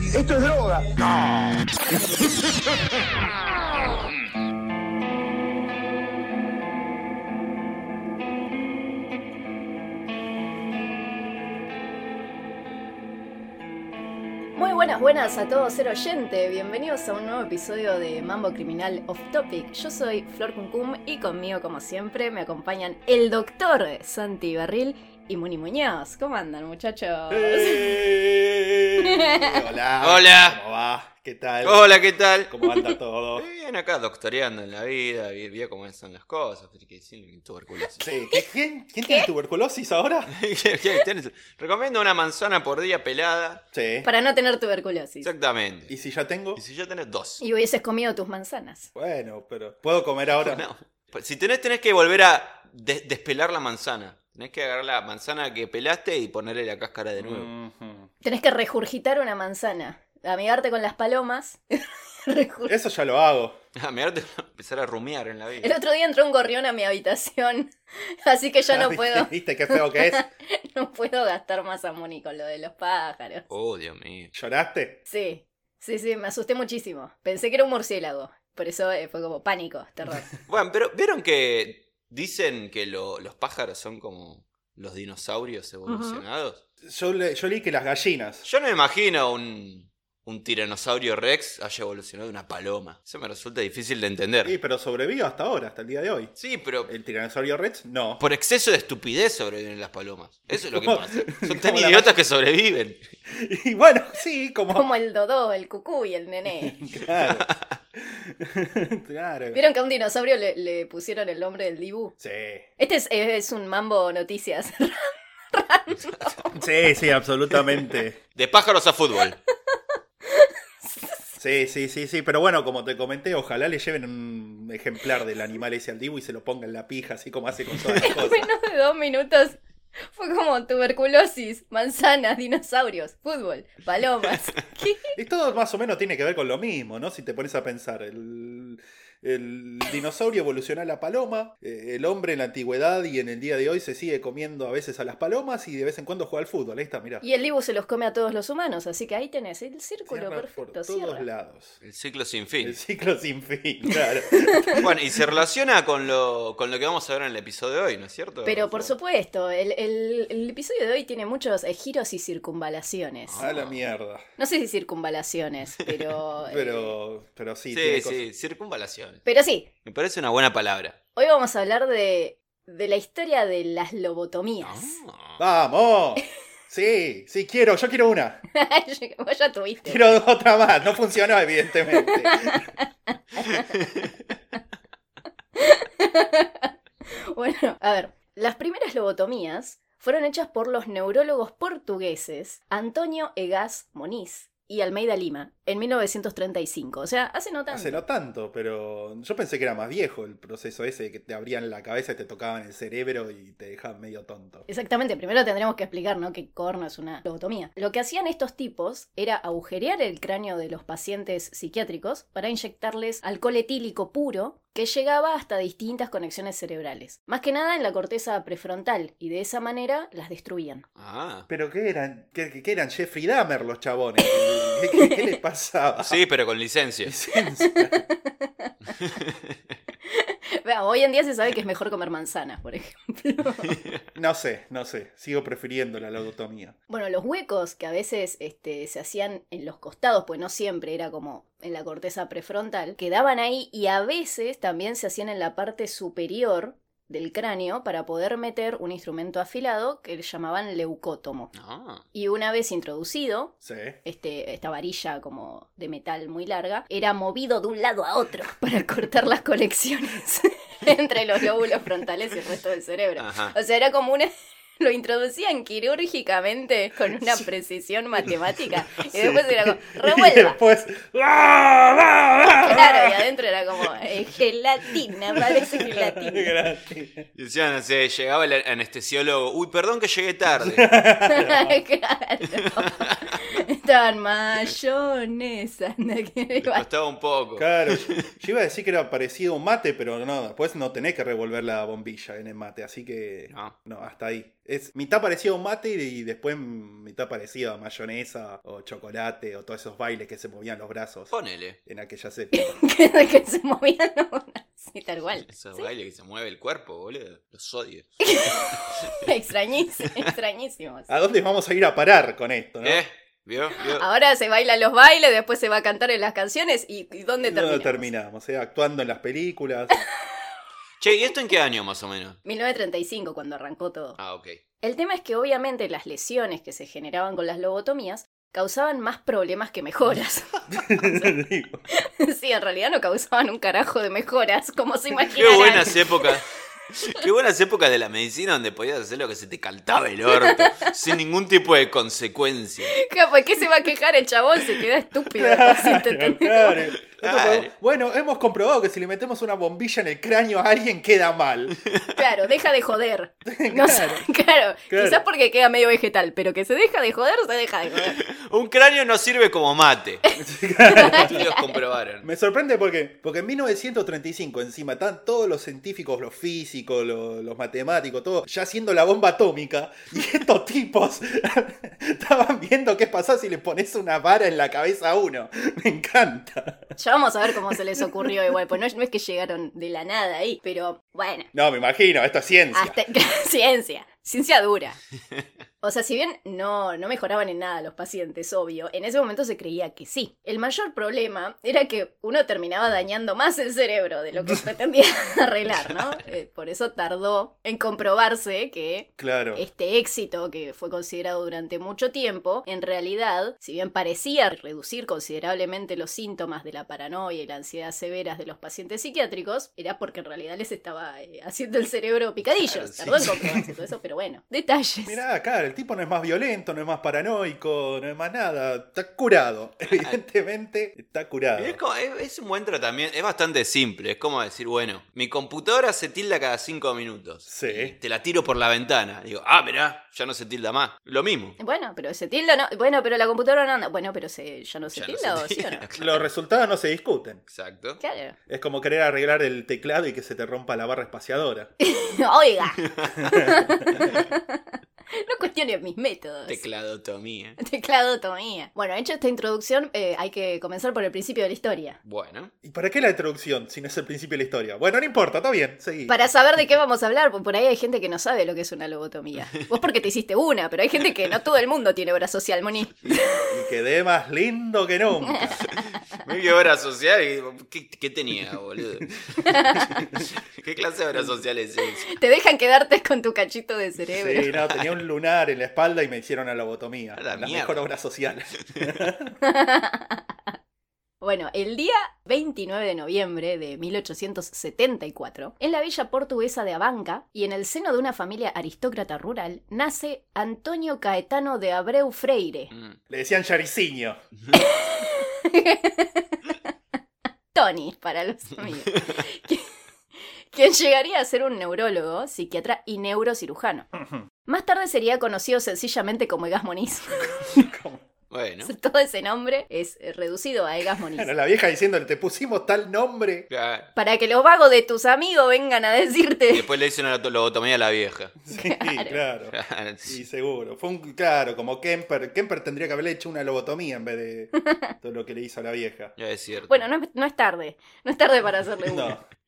Esto es droga. Muy buenas, buenas a todos, ser oyente. Bienvenidos a un nuevo episodio de Mambo Criminal Off Topic. Yo soy Flor Cuncum y conmigo, como siempre, me acompañan el doctor Santi Barril y Muni Muñoz. ¿Cómo andan, muchachos? ¡Eh! Hola. Hola. ¿Cómo va? ¿Qué tal? Hola, ¿qué tal? ¿Cómo anda todo? Muy Bien acá doctoreando en la vida, vi- vio cómo son las cosas, pero que sin tuberculosis. Sí. ¿qué- ¿Quién, quién tiene tuberculosis ahora? ¿Qué- qué tenés? Recomiendo una manzana por día pelada. Sí. Para no tener tuberculosis. Exactamente. ¿Y si ya tengo? Y si ya tenés dos. Y hubieses comido tus manzanas. Bueno, pero puedo comer ahora. No. Pues Si tenés, tenés que volver a de- despelar la manzana. Tenés que agarrar la manzana que pelaste y ponerle la cáscara de Mm. nuevo. Ujú. Tenés que regurgitar una manzana, amigarte con las palomas. Rejur- Eso ya lo hago. Ah, mirá, te- empezar a rumiar en la El vida. otro día entró un gorrión a mi habitación, así que ya no ¿Viste- puedo, ¿Viste qué feo que es? no puedo gastar más a Muni con lo de los pájaros. Oh, Dios mío. ¿Lloraste? Sí, sí, sí, me asusté muchísimo. Pensé que era un murciélago. Por eso eh, fue como pánico, terror. Bueno, pero vieron que dicen que lo- los pájaros son como los dinosaurios evolucionados. Yo, le- yo leí que las gallinas. Yo no me imagino un, un tiranosaurio rex haya evolucionado de una paloma. Eso me resulta difícil de Sí, entender. pero sobrevivió hasta ahora, hasta el día de hoy. Sí, pero El tiranosaurio Rex, no. por exceso de estupidez sobreviven las palomas. Eso es lo que ¿Cómo? pasa. Son tan ¿Cómo la idiotas que sobreviven. Y bueno, sí, como. Como el dodó, el cucú y el nené. Claro. claro. ¿Vieron que a un dinosaurio le, le pusieron el nombre del Dibu? Sí. Este es, es un mambo noticias. Sí, sí, absolutamente. De pájaros a fútbol. Sí, sí, sí, sí, pero bueno, como te comenté, ojalá le lleven un ejemplar del animal ese al Dibu y se lo pongan en la pija, así como hace con todas las cosas. Menos de dos minutos. Fue como tuberculosis, manzanas, dinosaurios, fútbol, palomas. ¿Qué? Y todo más o menos tiene que ver con lo mismo, ¿no? Si te pones a pensar, el, el dinosaurio evolucionó a la paloma, eh, el hombre en la antigüedad y en el día de hoy se sigue comiendo a veces a las palomas y de vez en cuando juega al fútbol, ahí está, mirá. Y el Dibu se los come a todos los humanos, así que ahí tenés el círculo Cierra por perfecto. todos cierra. lados. El ciclo sin El fin. ciclo sin fin, claro. Bueno, y se relaciona con lo, con lo que vamos a ver en el episodio de hoy, ¿no es cierto? Pero por supuesto, el, el- el episodio de hoy tiene muchos eh, giros y circunvalaciones. A la mierda. No sé si circunvalaciones, pero. eh, Pero, pero sí, Sí, tiene sí, cosas. circunvalaciones. pero sí, Me parece una buena palabra. hoy vamos a hablar de, de la historia de las lobotomías. Ah. ¡Vamos! Sí, sí, quiero, yo quiero una. Vos ya tuviste. Quiero otra más, no funcionó evidentemente. Bueno, a ver, las primeras lobotomías fueron hechas por los neurólogos portugueses Antonio Egás Moniz y Almeida Lima en 1935. O sea, hace no tanto. Hace no tanto, pero yo pensé que era más viejo el proceso ese que te abrían la cabeza y te tocaban el cerebro y te dejaban medio tonto. Exactamente, primero tendremos que explicar, ¿no? Que corno es una lobotomía. Lo que hacían estos tipos era agujerear el cráneo de los pacientes psiquiátricos para inyectarles alcohol etílico puro que llegaba hasta distintas conexiones cerebrales. Más que nada en la corteza prefrontal y de esa manera las destruían. Ah. Pero qué eran, qué, qué- qué eran Jeffrey Dahmer los chabones. ¿Qué, qué- qué les pasaba? Sí, pero con licencia. Licencia. Vea, Hoy en día se sabe que es mejor comer manzanas, por ejemplo. No sé, no sé. Sigo prefiriendo la lobotomía. Bueno, los huecos que a veces este, se hacían en los costados, pues no siempre era como en la corteza prefrontal, quedaban ahí y a veces también se hacían en la parte superior del cráneo para poder meter un instrumento afilado que le llamaban leucótomo. Ah. Y una vez introducido, Sí. este, esta varilla como de metal muy larga, era movido de un lado a otro para cortar las conexiones entre los lóbulos frontales y el resto del cerebro. Ajá. O sea, era como una... Lo introducían quirúrgicamente con una precisión matemática. Y después era como, Y revuelva. después. ¡Ah, ah, ah! Claro, y adentro era como, eh, gelatina, parece gelatina. Gratis. Decían, no sé, llegaba el anestesiólogo. Uy, perdón que llegué tarde. claro. gustan mayonesa. Me costaba un poco. Claro, yo yo iba a decir que era parecido a un mate, pero no, después no tenés que revolver la bombilla en el mate, así que No. no, hasta ahí. Es mitad parecido a un mate y después mitad parecido a mayonesa o chocolate o todos esos bailes que se movían los brazos Ponele. en aquellas épocas. que, que se movían los Sí, tal cual. Esos bailes que se mueve el cuerpo, boludo. Los odio. Extrañísimo, extrañísimos. ¿A dónde vamos a ir a parar con esto, no? ¿Eh? ¿Vio? ¿Vio? Ahora se bailan los bailes, después se va a cantar en las canciones y, y ¿dónde ¿Dónde termina? terminamos? eh? Actuando en las películas. Che, ¿y esto en qué año más o menos? 1935 cuando arrancó todo. Ah, ok. El tema es que obviamente las lesiones que se generaban con las lobotomías causaban más problemas que mejoras. Digo, sí, en realidad no causaban un carajo de mejoras, como se Qué imaginarán. buenas épocas. Qué buenas épocas de la medicina donde podías hacer lo que se te caltaba el orto, sin ningún tipo de consecuencia. Ja, ¿Por qué se va a quejar el chabón? Se queda estúpido. el paciente, claro, ¿entendés? claro. Nosotros Claro. podemos- Bueno, hemos comprobado que si le metemos una bombilla en el cráneo a alguien queda mal. Claro, deja de joder. No sé, Claro. claro, Claro. quizás porque queda medio vegetal, pero que se deja de joder, se deja de joder. Un cráneo no sirve como mate. Y los comprobaron. Me sorprende porque, porque en 1935 encima están todos los científicos, los físicos, los, los matemáticos, todo ya haciendo la bomba atómica y estos tipos estaban viendo qué pasa si le pones una vara en la cabeza a uno. Me encanta. Ya vamos a ver cómo se les ocurrió igual, pues no, es- no es que llegaron de la nada ahí, pero bueno, No, me imagino, esto es ciencia. hasta ciencia, ciencia dura. O sea, si bien no, no mejoraban en nada los pacientes, obvio, en ese momento se creía que sí. El mayor problema era que uno terminaba dañando más el cerebro de lo que pretendía arreglar, ¿no? Eh, por eso tardó en comprobarse que Claro. Este éxito, que fue considerado durante mucho tiempo, en realidad, si bien parecía reducir considerablemente los síntomas de la paranoia y la ansiedad severas de los pacientes psiquiátricos, era porque en realidad les estaba eh, haciendo el cerebro picadillos. Claro, sí, Tardó en sí. comprobarse todo eso, pero bueno, detalles. Mirá, acá, el tipo no es más violento, no es más paranoico, no es más nada. Está curado. Evidentemente está curado. Ah. Es, como- es- es un buen tratamiento, es bastante simple. Es como decir, bueno, mi computadora se tilda cada cinco minutos. Sí. Y Te la tiro por la ventana. Digo, ah, mirá, ya no se tilda más. Lo mismo. Bueno, pero se tilda, no. Bueno, pero la computadora no anda. Bueno, pero se, ya no se Ya no tilda, se ¿o sí o tilda. no? Los resultados no se discuten. Exacto. Claro. Es como querer arreglar el teclado y que se te rompa la barra espaciadora. Oiga. no cuestiones mis métodos. Tecladotomía. Tecladotomía. Bueno, hecho esta introducción, eh, hay que comenzar por el principio de la historia. Bueno. ¿Y para qué la introducción si no es el principio de la historia? Bueno, no importa, está bien, seguí. Para saber de qué vamos a hablar, porque por ahí hay gente que no sabe lo que es una lobotomía. Vos porque te hiciste una, pero hay gente que no todo el mundo tiene obra social, Moni. Y quedé más lindo que nunca. Me que obra social. y digo, ¿Qué, qué tenía, boludo? ¿Qué clase de obra social es esa? Te dejan quedarte con tu cachito de cerebro. Sí, no, tenía un lunar en la espalda y me hicieron una lobotomía. A la La, mierda. mejor obra social. Bueno, el día 29 de noviembre de 1874, en la villa portuguesa de Abanca y en el seno de una familia aristócrata rural, nace Antonio Caetano de Abreu Freire. Mm. Le decían Yariciño. Tony para los amigos. Qui- Quien llegaría a ser un neurólogo, psiquiatra y neurocirujano. Más tarde sería conocido sencillamente como Egas Moniz. Como- Bueno. Todo ese nombre es eh, reducido a Egas Moniz. Bueno, la vieja diciéndole, te pusimos tal nombre. Claro. Para que los vagos de tus amigos vengan a Y decirte. después le dicen la lobotomía a la vieja. Sí, claro. Claro. Y seguro. Fue un, claro, como Kemper. Kemper tendría que haberle hecho una lobotomía en vez de todo lo que le hizo a la vieja. Ya es cierto. Bueno, no es, no es tarde. No es tarde para hacerle una. No.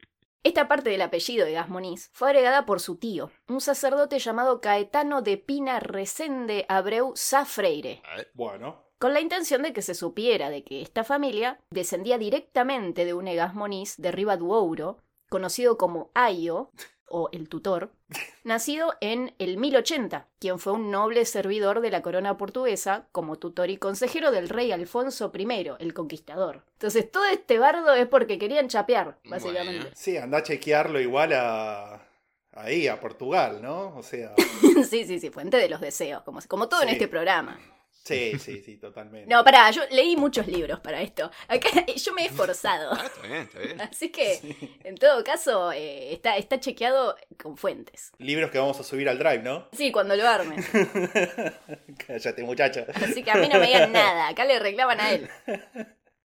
Esta parte del apellido de Gasmoniz fue agregada por su tío, un sacerdote llamado Caetano de Pina Resende Abreu Safreire. A ver. Bueno. con la intención de que se supiera de que esta familia descendía directamente de un egasmoniz de Ribaduouro, conocido como Ayo, o el tutor, nacido en el 1080, quien fue un noble servidor de la corona portuguesa como tutor y consejero del rey Alfonso I, el conquistador. Entonces todo este bardo es porque querían chapear, básicamente. Sí, anda a chequearlo igual a. Ahí, a Portugal, ¿no? O sea. sí, sí, sí, fuente de los deseos, como, como todo en Sí. este programa. Sí, sí, sí, totalmente. No, pará, yo leí muchos libros para esto. Acá yo me he esforzado. Ah, está bien, está bien. Así que, en todo caso, eh, está, está chequeado con fuentes. Libros que vamos a subir al drive, ¿no? Sí, cuando lo armen. Cállate, muchacho. Así que a mí no me digan nada. Acá le reclaman a él.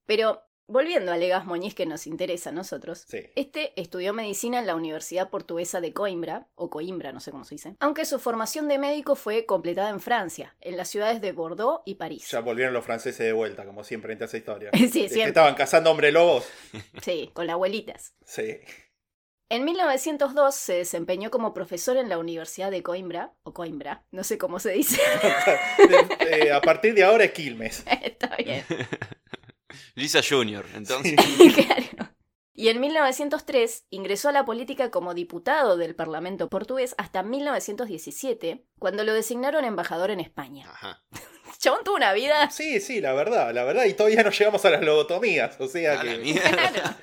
Pero, volviendo a Legas Moñiz, que nos interesa a nosotros. Sí. Este estudió medicina en la Universidad Portuguesa de Coimbra, o Coimbra, no sé cómo se dice, aunque su formación de médico fue completada en Francia, en las ciudades de Bordeaux y París. Ya Este volvieron los franceses de vuelta, como siempre en esa historia. Sí, Es que siempre. Estaban cazando hombre lobos. Sí, con las abuelitas. Sí. En 1902 se desempeñó como profesor en la Universidad de Coimbra, o Coimbra, no sé cómo se dice, Eh, a partir de ahora es Quilmes. está bien. Lisa Junior, entonces. Claro. Y en 1903 ingresó a la política como diputado del Parlamento portugués hasta 1917, cuando lo designaron embajador en España. Ajá. Chabón tuvo una vida. Sí, sí, la verdad, la verdad. Y todavía no llegamos a las lobotomías, o sea A la que... mierda.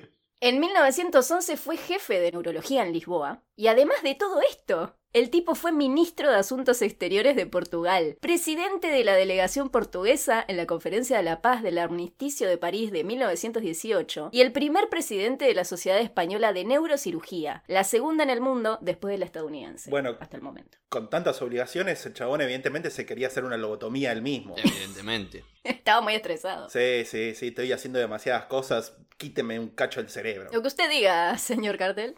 En 1911 fue jefe de neurología en Lisboa. Y además de todo esto, el tipo fue ministro de Asuntos Exteriores de Portugal, presidente de la delegación portuguesa en la Conferencia de la Paz del Armisticio de París de 1918 y el primer presidente de la Sociedad Española de Neurocirugía, la segunda en el mundo después de la estadounidense. Bueno. hasta el momento. Con tantas obligaciones, el chabón evidentemente se quería hacer una lobotomía él mismo. Evidentemente. Estaba muy estresado. Sí, sí, sí, estoy haciendo demasiadas cosas, quíteme un cacho del cerebro. Lo que usted diga, señor Cartel.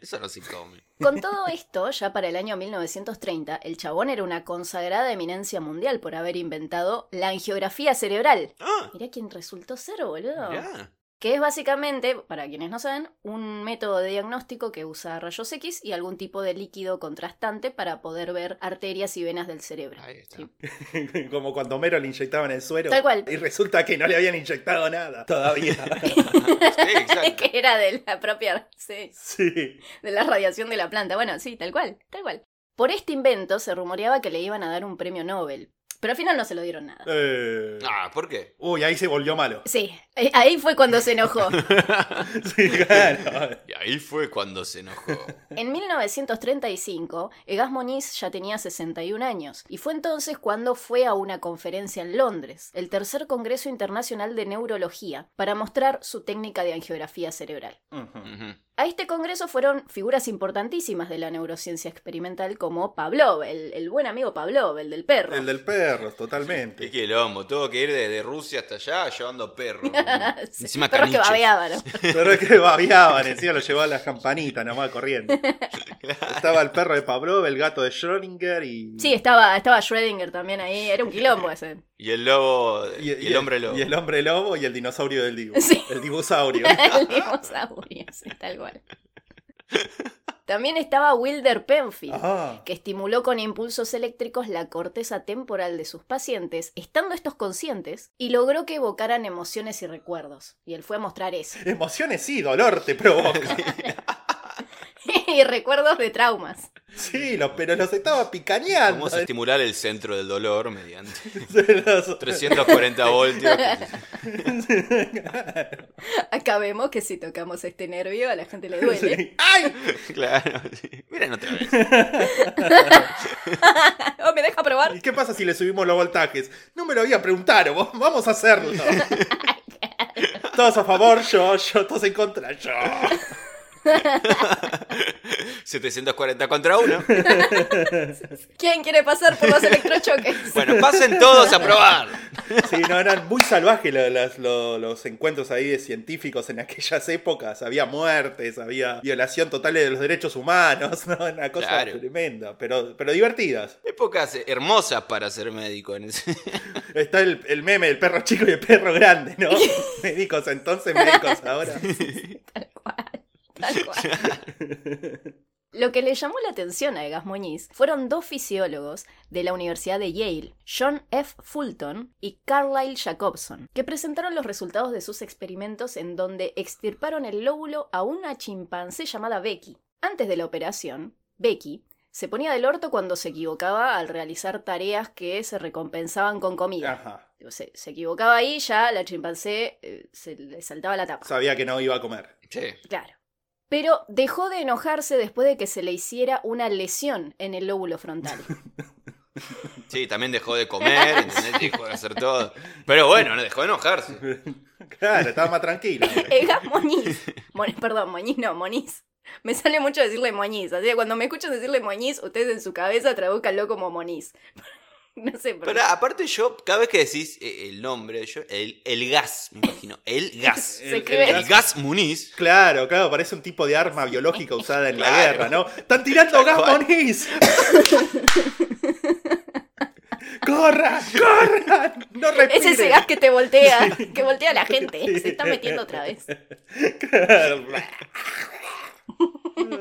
Eso no se come. Con todo esto, ya para el año 1930, el chabón era una consagrada eminencia mundial por haber inventado la angiografía cerebral. Ah, Mirá quién resultó ser, boludo. mirá. Que es básicamente, para quienes no saben, un método de diagnóstico que usa rayos X y algún tipo de líquido contrastante para poder ver arterias y venas del cerebro. Ahí está. Sí. Como cuando Homero le inyectaban el suero. Tal cual. Y resulta que no le habían inyectado nada todavía. Sí, exacto. que era de la propia... sí. sí. de la radiación de la planta. Bueno, sí, tal cual, tal cual. Por este invento se rumoreaba que le iban a dar un premio Nobel, pero al final no se lo dieron nada. Eh. Ah, ¿por qué? Uy, ahí se volvió malo. Sí, eh, ahí fue cuando se enojó. Sí, claro. Y ahí fue cuando se enojó. En 1935, Egas Moniz ya tenía 61 años, y fue entonces cuando fue a una conferencia en Londres, el tercer Congreso Internacional de Neurología, para mostrar su técnica de angiografía cerebral. Ujú. Ujú. A este congreso fueron figuras importantísimas de la neurociencia experimental como Pavlov, el, el buen amigo Pavlov, el del perro. El del perro, Qué totalmente. quilombo, tuvo que ir desde Rusia hasta allá llevando perros. boludo. Sí, Encima perros que caniches. babeaban. ¿no? Pero es que babiaban, encima lo llevaba a las campanitas, nomás corriendo. Estaba el perro de Pavlov, el gato de Schrödinger y. Sí, estaba, estaba Schrödinger también ahí. Era un quilombo ese. Y el lobo. Y, el hombre lobo. Y el hombre lobo y el dinosaurio del Dibu. Sí. El dibusaurio. El dinosaurio, sí, tal cual. También estaba Wilder Penfield, Ah, que estimuló con impulsos eléctricos la corteza temporal de sus pacientes, estando estos conscientes, y logró que evocaran emociones y recuerdos. Y él fue a mostrar eso. emociones sí, dolor te provoca. y recuerdos de traumas. Sí, lo- pero los estaba picañando. Vamos a estimular el centro del dolor mediante Se los- 340 voltios. Acabemos que si tocamos este nervio a la gente le duele. Sí. ¡Ay! Claro, sí. Miren otra vez. Oh, me deja probar. ¿Y qué pasa si le subimos los voltajes? No me lo había preguntado, vos- vamos a hacerlo. Todos a favor, yo, yo, todos en contra, yo. 740 contra 1. ¿Quién quiere pasar por los electrochoques? Bueno, pasen todos a probar. Sí, no, eran muy salvajes lo- las- lo- los encuentros ahí de científicos en aquellas épocas. Había muertes, había violación total de los derechos humanos, ¿no? Una cosa Claro. tremenda, pero, pero divertidas. Épocas hermosas para ser médico. En ese... Está el, el meme del perro chico y el perro grande, ¿no? médicos entonces, médicos ahora. Tal cual, tal cual. Lo que le llamó la atención a Egas Moñiz fueron dos fisiólogos de la Universidad de Yale, John F. Fulton y Carlyle Jacobson, que presentaron los resultados de sus experimentos en donde extirparon el lóbulo a una chimpancé llamada Becky. Antes de la operación, Becky se ponía del orto cuando se equivocaba al realizar tareas que se recompensaban con comida. Ajá. Digo, Se, se equivocaba ahí, ya la chimpancé eh, se le saltaba la tapa. Sabía que no iba a comer. Sí. Claro. Pero dejó de enojarse después de que se le hiciera una lesión en el lóbulo frontal. Sí, también dejó de comer, ¿entendés? Dejó de hacer todo. Pero bueno, no dejó de enojarse. Claro, estaba más tranquilo. Ega Moniz. Mon- perdón, Moñiz no, Moniz. Me sale mucho decirle Moñiz. Así que cuando me escuchan decirle Moñiz, ustedes en su cabeza tradúzcanlo como Moniz. No sé por Pero qué. aparte yo, cada vez que decís eh, el nombre, yo, el, el gas, me imagino. El gas. Se el- cree. El gas Muniz. Claro, claro, parece un tipo de arma biológica usada en la Claro. guerra, ¿no? ¡Están tirando Tal gas cual. Moniz! ¡Corran! ¡Corran! ¡No respiren! Es ese gas que te voltea, que voltea a la gente. Se está metiendo otra vez. Claro. Ah,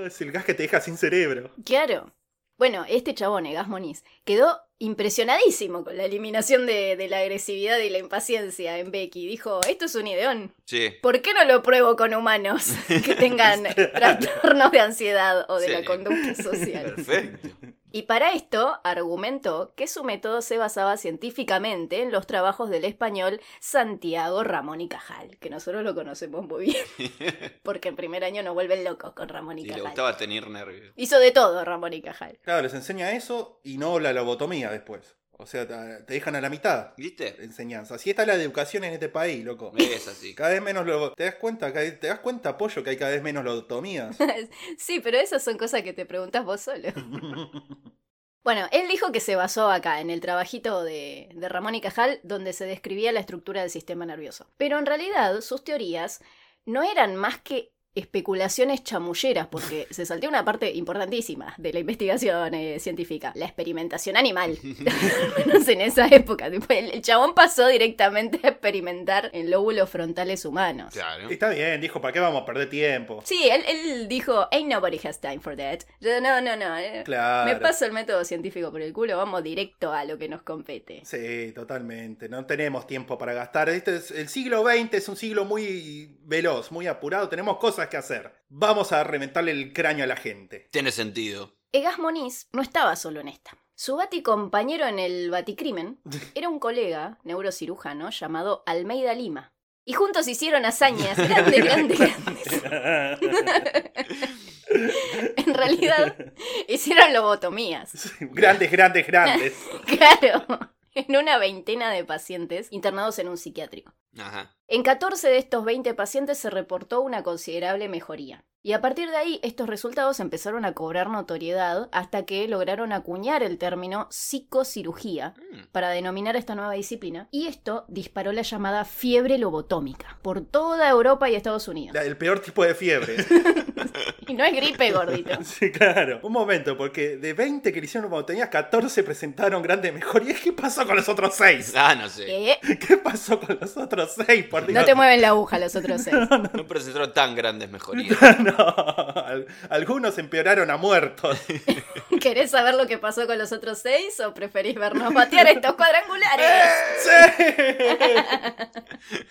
es el gas que te deja sin cerebro. Claro. Bueno, este chabón, Egas Moniz, quedó impresionadísimo con la eliminación de, de la agresividad y la impaciencia en Becky. Dijo, esto es un ideón. Sí. ¿Por qué no lo pruebo con humanos que tengan trastornos de ansiedad o de la Sí. conducta social? Perfecto. Y para esto argumentó que su método se basaba científicamente en los trabajos del español Santiago Ramón y Cajal, que nosotros lo conocemos muy bien, porque en primer año nos vuelven locos con Ramón y Y le Cajal. gustaba tener nervios. Hizo de todo Ramón y Cajal. Claro, les enseña eso y no la lobotomía después. O sea, ta- te dejan a la mitad la ¿Viste? enseñanza. Así está la educación en este país, loco. Es así. Cada vez menos lo... ¿Te das cuenta? Cada- ¿Te das cuenta, apoyo, que hay cada vez menos lobotomías? Sí, pero esas son cosas que te preguntas vos solo. Bueno, él dijo que se basó acá en el trabajito de, de Ramón y Cajal, donde se describía la estructura del sistema nervioso. Pero en realidad sus teorías no eran más que especulaciones chamulleras, porque se salteó una parte importantísima de la investigación eh, científica, la experimentación animal. Al menos en esa época, tipo, el, el chabón pasó directamente a experimentar en lóbulos frontales humanos. Claro. Está bien, dijo, ¿para qué vamos a perder tiempo? Sí, él, él dijo, ain't nobody has time for that. Yo, no, no, no. eh, Claro. Me paso el método científico por el culo, vamos directo a lo que nos compete. Sí, totalmente. No tenemos tiempo para gastar. Este es, el siglo XX es un siglo muy veloz, muy apurado. Tenemos cosas que hacer. Vamos a reventarle el cráneo a la gente. Tiene sentido. Egas Moniz no estaba solo en esta. Su bati compañero en el baticrimen era un colega neurocirujano llamado Almeida Lima. Y juntos hicieron hazañas grandes, grandes, grandes. En realidad, hicieron lobotomías. grandes, grandes, grandes. Claro, en una veintena de pacientes internados en un psiquiátrico. Ajá. En 14 de estos 20 pacientes se reportó una considerable mejoría. Y a partir de ahí, estos resultados empezaron a cobrar notoriedad hasta que lograron acuñar el término psicocirugía Mm. para denominar esta nueva disciplina. Y esto disparó la llamada fiebre lobotómica por toda Europa y Estados Unidos. La- el peor tipo de fiebre. Y no es gripe, gordito. Sí, claro. Un momento, porque de 20 que le hicieron lobotomías, 14 presentaron grandes mejorías. ¿Qué pasó con los otros 6? Ah, no sé. Eh, ¿Qué pasó con los otros 6? Por no Dios. te mueven la aguja los otros seis. No presentaron tan grandes mejorías. No. Al- Algunos empeoraron a muertos. ¿Querés saber lo que pasó con los otros seis o preferís vernos batear estos cuadrangulares? ¡Sí!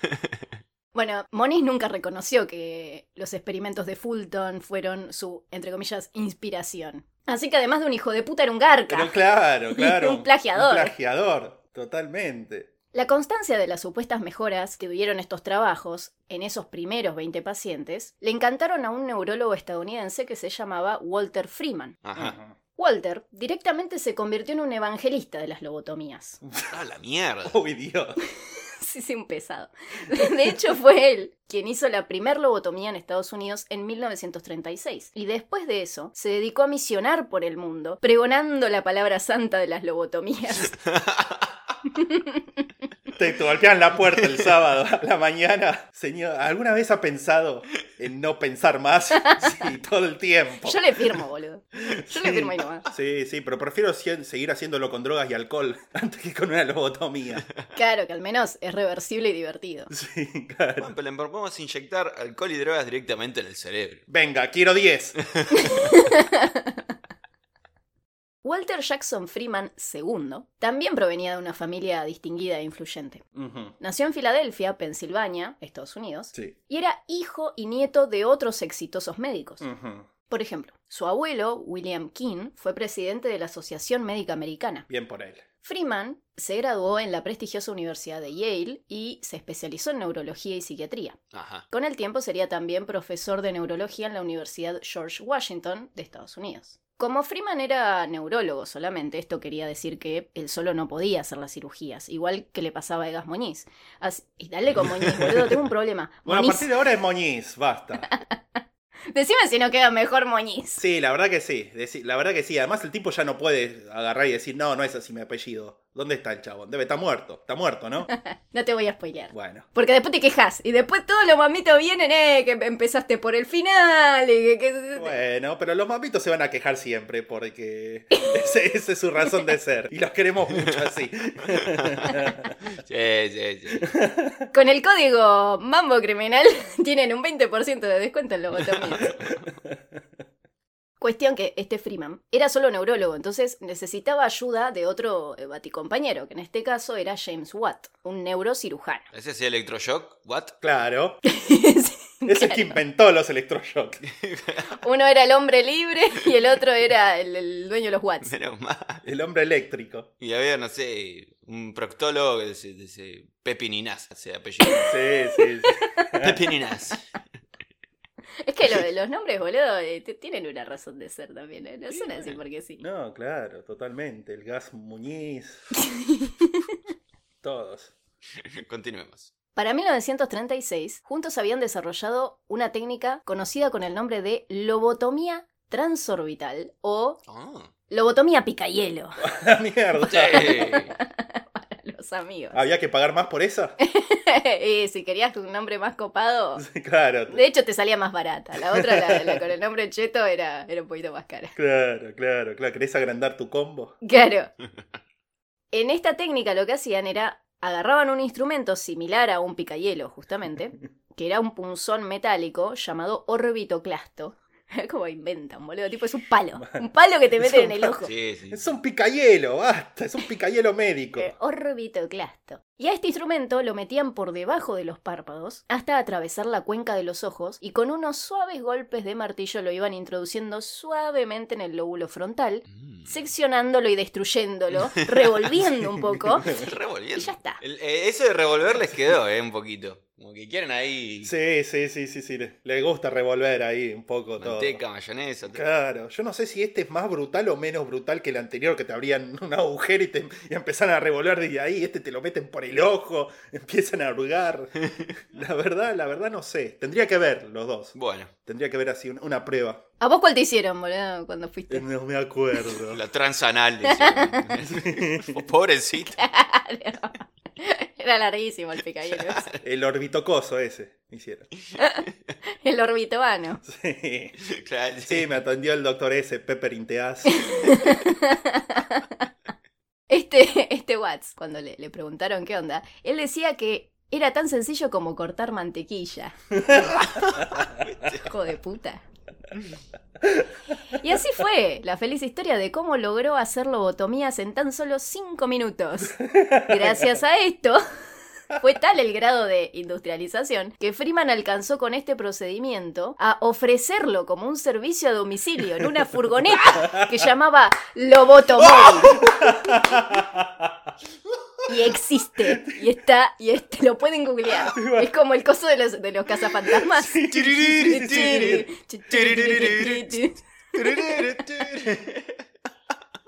Bueno, Moniz nunca reconoció que los experimentos de Fulton fueron su, entre comillas, inspiración. Así que además de un hijo de puta era un garca. Pero claro, claro. Un plagiador. Un plagiador, totalmente. La constancia de las supuestas mejoras que tuvieron estos trabajos en esos primeros 20 pacientes le encantaron a un neurólogo estadounidense que se llamaba Walter Freeman. Ajá. Walter directamente se convirtió en un evangelista de las lobotomías. Ah, la mierda. Uy, Dios. Sí, sí, un pesado. De hecho, fue él quien hizo la primer lobotomía en Estados Unidos en 1936. Y después de eso, se dedicó a misionar por el mundo, pregonando la palabra santa de las lobotomías. Te, te golpean la puerta el sábado a la mañana. Señor, ¿alguna vez ha pensado en no pensar más? Sí, todo el tiempo. Yo le firmo, boludo. Yo le Sí. firmo y no más. Sí, sí, pero prefiero sie- seguir haciéndolo con drogas y alcohol antes que con una lobotomía. Claro que al menos es reversible y divertido. Sí, claro. Bueno, pero le proponemos inyectar alcohol y drogas directamente en el cerebro. Venga, quiero 10. Walter Jackson Freeman II también provenía de una familia distinguida e influyente. Ujú. Nació en Filadelfia, Pensilvania, Estados Unidos, Sí. y era hijo y nieto de otros exitosos médicos. Ujú. Por ejemplo, su abuelo, William King, fue presidente de la Asociación Médica Americana. Bien por él. Freeman se graduó en la prestigiosa Universidad de Yale y se especializó en neurología y psiquiatría. Ajá. Con el tiempo sería también profesor de neurología en la Universidad George Washington de Estados Unidos. Como Freeman era neurólogo solamente, esto quería decir que él solo no podía hacer las cirugías, igual que le pasaba a Egas Moñiz. Así- y dale con Moñiz, boludo, tengo un problema. Bueno, a Moñiz. partir de ahora es Moñiz, basta. Decime si no queda mejor Moñiz. Sí, la verdad que sí. deci- La verdad que sí. Además, el tipo ya no puede agarrar y decir, no, no es así mi apellido. ¿Dónde está el chabón? Debe estar muerto. Está muerto, ¿no? No te voy a spoilear. Bueno. Porque después te quejas y después todos los mamitos vienen, eh, que empezaste por el final y que... que- Bueno, pero los mamitos se van a quejar siempre porque esa es su razón de ser. Y los queremos mucho así. Sí, sí, sí. Con el código Mambo Criminal tienen un 20% de descuento en lobotomías. Cuestión que este Freeman era solo neurólogo, entonces necesitaba ayuda de otro eh, baticompañero, que en este caso era James Watt, un neurocirujano. ¿Ese es el electroshock? ¿What? Claro. Ese es Claro. que inventó los electroshocks. Uno era el hombre libre y el otro era el, el dueño de los Watts. Menos mal. El hombre eléctrico. Y había, no sé, un proctólogo que dice, dice Pepininas, ese apellido. Sí, sí, sí. Pepininas. Es que lo de los nombres, boludo, eh, t- tienen una razón de ser también. eh, No Sí, son así bueno. porque sí. No, claro, totalmente. El gas Muñiz. Todos. Continuemos. Para 1936, juntos habían desarrollado una técnica conocida con el nombre de lobotomía transorbital o Oh. Ah. lobotomía picayelo La mierda. Sí. para los amigos. ¿Había que pagar más por esa? y si querías un nombre más copado, Sí, claro. de hecho te salía más barata. La otra, la, la con el nombre cheto, era, era un poquito más cara. Claro, claro, claro. ¿Querés agrandar tu combo? Claro. En esta técnica lo que hacían era agarraban un instrumento similar a un picayelo, justamente, que era un punzón metálico llamado orbitoclasto. Como inventan, boludo. Tipo, es un palo. Un palo que te Es meten en un el palo. ojo. Sí, sí. Es un picayelo, basta. Es un picayelo médico. Eh, Orbitoclasto. Y a este instrumento lo metían por debajo de los párpados hasta atravesar la cuenca de los ojos y con unos suaves golpes de martillo lo iban introduciendo suavemente en el lóbulo frontal, Mm. seccionándolo y destruyéndolo, revolviendo un poco y Revolviendo. ya está. El- eh, eso de revolver les quedó, eh, un poquito. Como que quieren ahí Sí, sí, sí, sí, sí. Le gusta revolver ahí un poco todo. manteca, mayonesa. todo. Claro, yo no sé si este es más brutal o menos brutal que el anterior, que te abrían un agujero y te y empezaran a revolver desde ahí, este te lo meten por el ojo, empiezan a hurgar. La verdad, la verdad no sé. Tendría que ver los dos. Bueno, Tendría que ver así un- una prueba. ¿A vos cuál te hicieron, boludo, cuando fuiste? No me acuerdo. la transanal. decían. Pobrecito. Era larguísimo el picayelo. ese. El orbitocoso ese, me hicieron. El orbitoano. Sí. Claro. Sí, me atendió el doctor ese, Pepper Inteas. Este, este Watts, cuando le, le preguntaron qué onda, él decía que era tan sencillo como cortar mantequilla. Hijo de puta. Y así fue la feliz historia de cómo logró hacer lobotomías en tan solo 5 minutos. Gracias a esto, fue tal el grado de industrialización que Freeman alcanzó con este procedimiento a ofrecerlo como un servicio a domicilio en una furgoneta que llamaba Lobotomóvil. Y existe. Y está, y este, lo pueden googlear. Es como el coso de los, de los cazafantasmas. Tiririri, tiririri.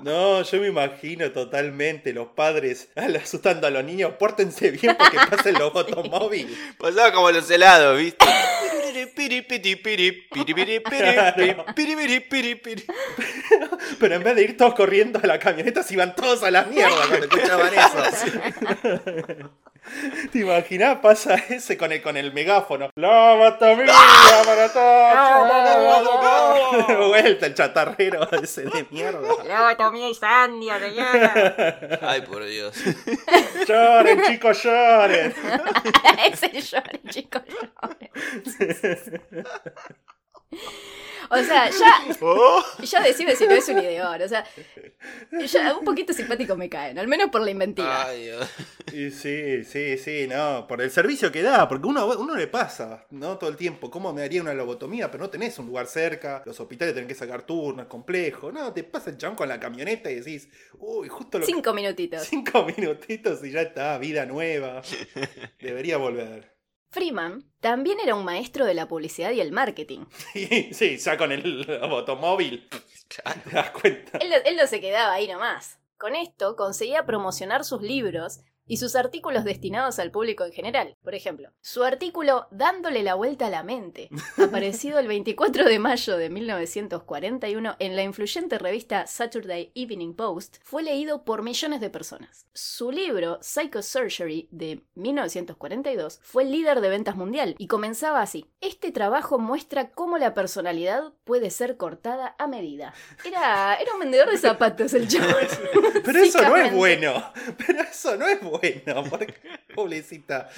No, yo me imagino totalmente los padres asustando a los niños, pórtense bien porque pasa el lobotomóvil. Pasaba como los helados, ¿viste? Piripiri, piripiri, piripiri, piripiri, piripiri, piripiri. Pero en vez de ir todos corriendo a la camioneta, se iban todos a la mierda cuando escuchaban eso. ¿Te imaginas? Pasa ese con el, con el megáfono. ¡Lobotomía para todos! De vuelta el chatarrero ese de mierda. Lobotomía incendio, señora. Ay, por Dios. ¡Lloren, chicos, lloren! Ese llore, chicos, llore. O sea, ya, Oh. ya decime si no es un ideón. O sea, ya un poquito simpático me caen, al menos por la Ah, inventiva. Ay, Dios. Y sí, sí, sí, no, por el servicio que da, porque uno, uno le pasa, ¿no? Todo el tiempo, ¿cómo me haría una lobotomía? Pero no tenés un lugar cerca, los hospitales tienen que sacar turnos, complejo, no, te pasa el chabón con la camioneta y decís, uy, justo lo que- Cinco minutitos. Cinco minutitos y ya está, vida nueva, debería volver. Freeman también era un maestro de la publicidad y el marketing. Sí, sí, ya con el automóvil. Claro. Te das cuenta. Él, él no se quedaba ahí nomás. Con esto conseguía promocionar sus libros y sus artículos destinados al público en general. Por ejemplo, su artículo Dándole la vuelta a la mente, aparecido el 24 de mayo de 1941 en la influyente revista Saturday Evening Post, fue leído por millones de personas. Su libro Psychosurgery de 1942 fue el líder de ventas mundial y comenzaba así. Este trabajo muestra cómo la personalidad puede ser cortada a medida. Era, era un vendedor de zapatos el chavo. Pero eso no es bueno. Pero eso no es bueno. Porque, pobrecita.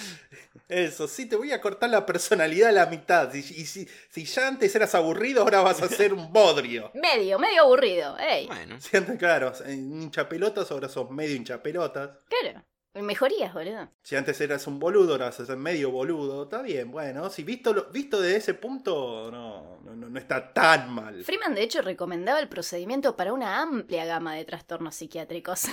Eso, sí, te voy a cortar la personalidad a la mitad. Y, y si, si ya antes eras aburrido, ahora vas a ser un bodrio. Medio, medio aburrido. ey. Bueno. Si antes, claro, hinchapelotas, ahora sos medio hinchapelotas. Claro. Mejorías, boludo. Si antes eras un boludo, ahora sos medio boludo. Está bien, bueno. Si visto, lo- visto desde ese punto, no, no, no- no está tan mal. Freeman, de hecho, recomendaba el procedimiento para una amplia gama de trastornos psiquiátricos.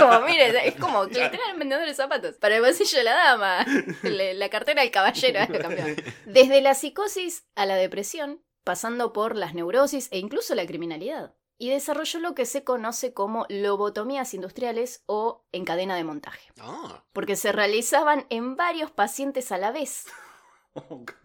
como, mire, es como que le traen vendedor de zapatos. Para el bolsillo de la dama, le- la cartera del caballero, ¿eh? lo cambió. Desde la psicosis a la depresión, pasando por las neurosis e incluso la criminalidad. Y desarrolló lo que se conoce como lobotomías industriales o en cadena de montaje. Ah, Porque se realizaban en varios pacientes a la vez.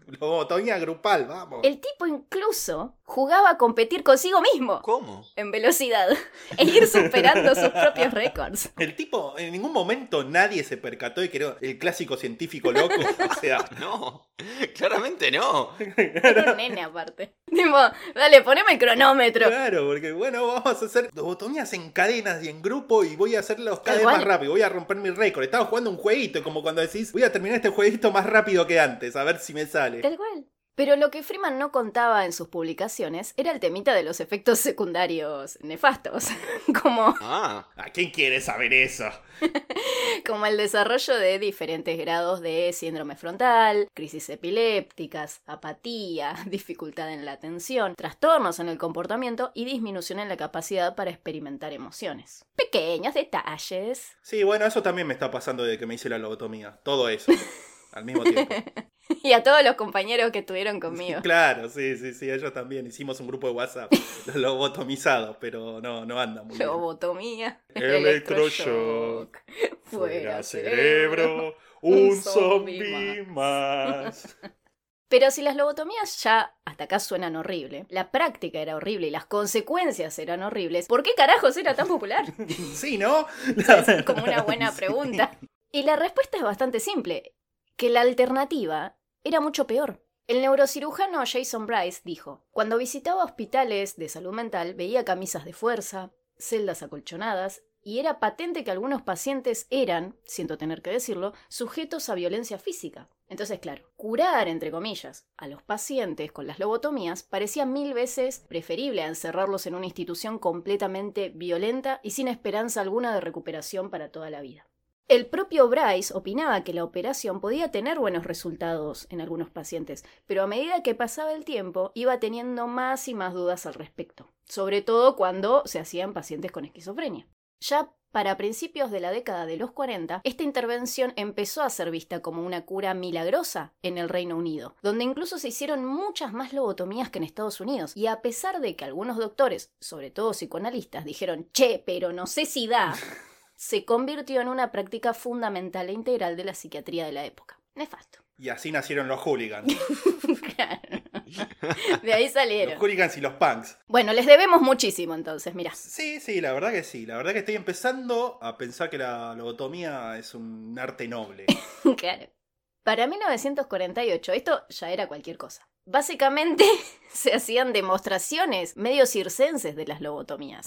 Lobotomía grupal, vamos. El tipo incluso jugaba a competir consigo mismo. ¿Cómo? en velocidad e ir superando sus propios récords. El tipo, en ningún momento nadie se percató de que era el clásico científico loco. O sea, No, claramente no. Era un nene aparte. Tipo, dale, poneme el cronómetro. claro, porque bueno, vamos a hacer lobotomías en cadenas y en grupo y voy a hacerlos cada Tal vez más cual. rápido. Voy a romper mi récord. Estaba jugando un jueguito, como cuando decís, voy a terminar este jueguito más rápido que antes, a ver si me sale. Tal cual. Pero lo que Freeman no contaba en sus publicaciones era el temita de los efectos secundarios nefastos, como, Ah, ¿A quién quiere saber eso? como el desarrollo de diferentes grados de síndrome frontal, crisis epilépticas, apatía, dificultad en la atención, trastornos en el comportamiento y disminución en la capacidad para experimentar emociones. Pequeños detalles. Sí, bueno, eso también me está pasando desde que me hice la lobotomía. Todo eso. Al mismo tiempo. Y a todos los compañeros que estuvieron conmigo. Claro, sí, sí, sí, ellos también. Hicimos un grupo de WhatsApp, los lobotomizados, pero no, no anda muy bien. Lobotomía. Electroshock. Fuera cerebro. cerebro, un un zombi zombie más. Pero si las lobotomías ya hasta acá suenan horrible, la práctica era horrible y las consecuencias eran horribles, ¿por qué carajos era tan popular? Sí, ¿no? Es como una buena Sí. pregunta. Y la respuesta es bastante simple, que la alternativa era mucho peor. El neurocirujano Jason Bryce dijo, cuando visitaba hospitales de salud mental veía camisas de fuerza, celdas acolchonadas, y era patente que algunos pacientes eran, siento tener que decirlo, sujetos a violencia física. Entonces, claro, curar, entre comillas, a los pacientes con las lobotomías parecía mil veces preferible a encerrarlos en una institución completamente violenta y sin esperanza alguna de recuperación para toda la vida. El propio Bryce opinaba que la operación podía tener buenos resultados en algunos pacientes, pero a medida que pasaba el tiempo iba teniendo más y más dudas al respecto, sobre todo cuando se hacían pacientes con esquizofrenia. Ya para principios de la década de los 40, esta intervención empezó a ser vista como una cura milagrosa en el Reino Unido, donde incluso se hicieron muchas más lobotomías que en Estados Unidos. Y a pesar de que algunos doctores, sobre todo psicoanalistas, dijeron, che, pero no sé si da, se convirtió en una práctica fundamental e integral de la psiquiatría de la época. Nefasto. Y así nacieron los hooligans. Claro. De ahí Los salieron. hooligans y los punks. Bueno, les debemos muchísimo entonces, mirá. Sí, sí, la verdad que sí. La verdad que estoy empezando a pensar que la lobotomía es un arte noble. Claro. Para 1948 esto ya era cualquier cosa. Básicamente se hacían demostraciones medio circenses de las lobotomías.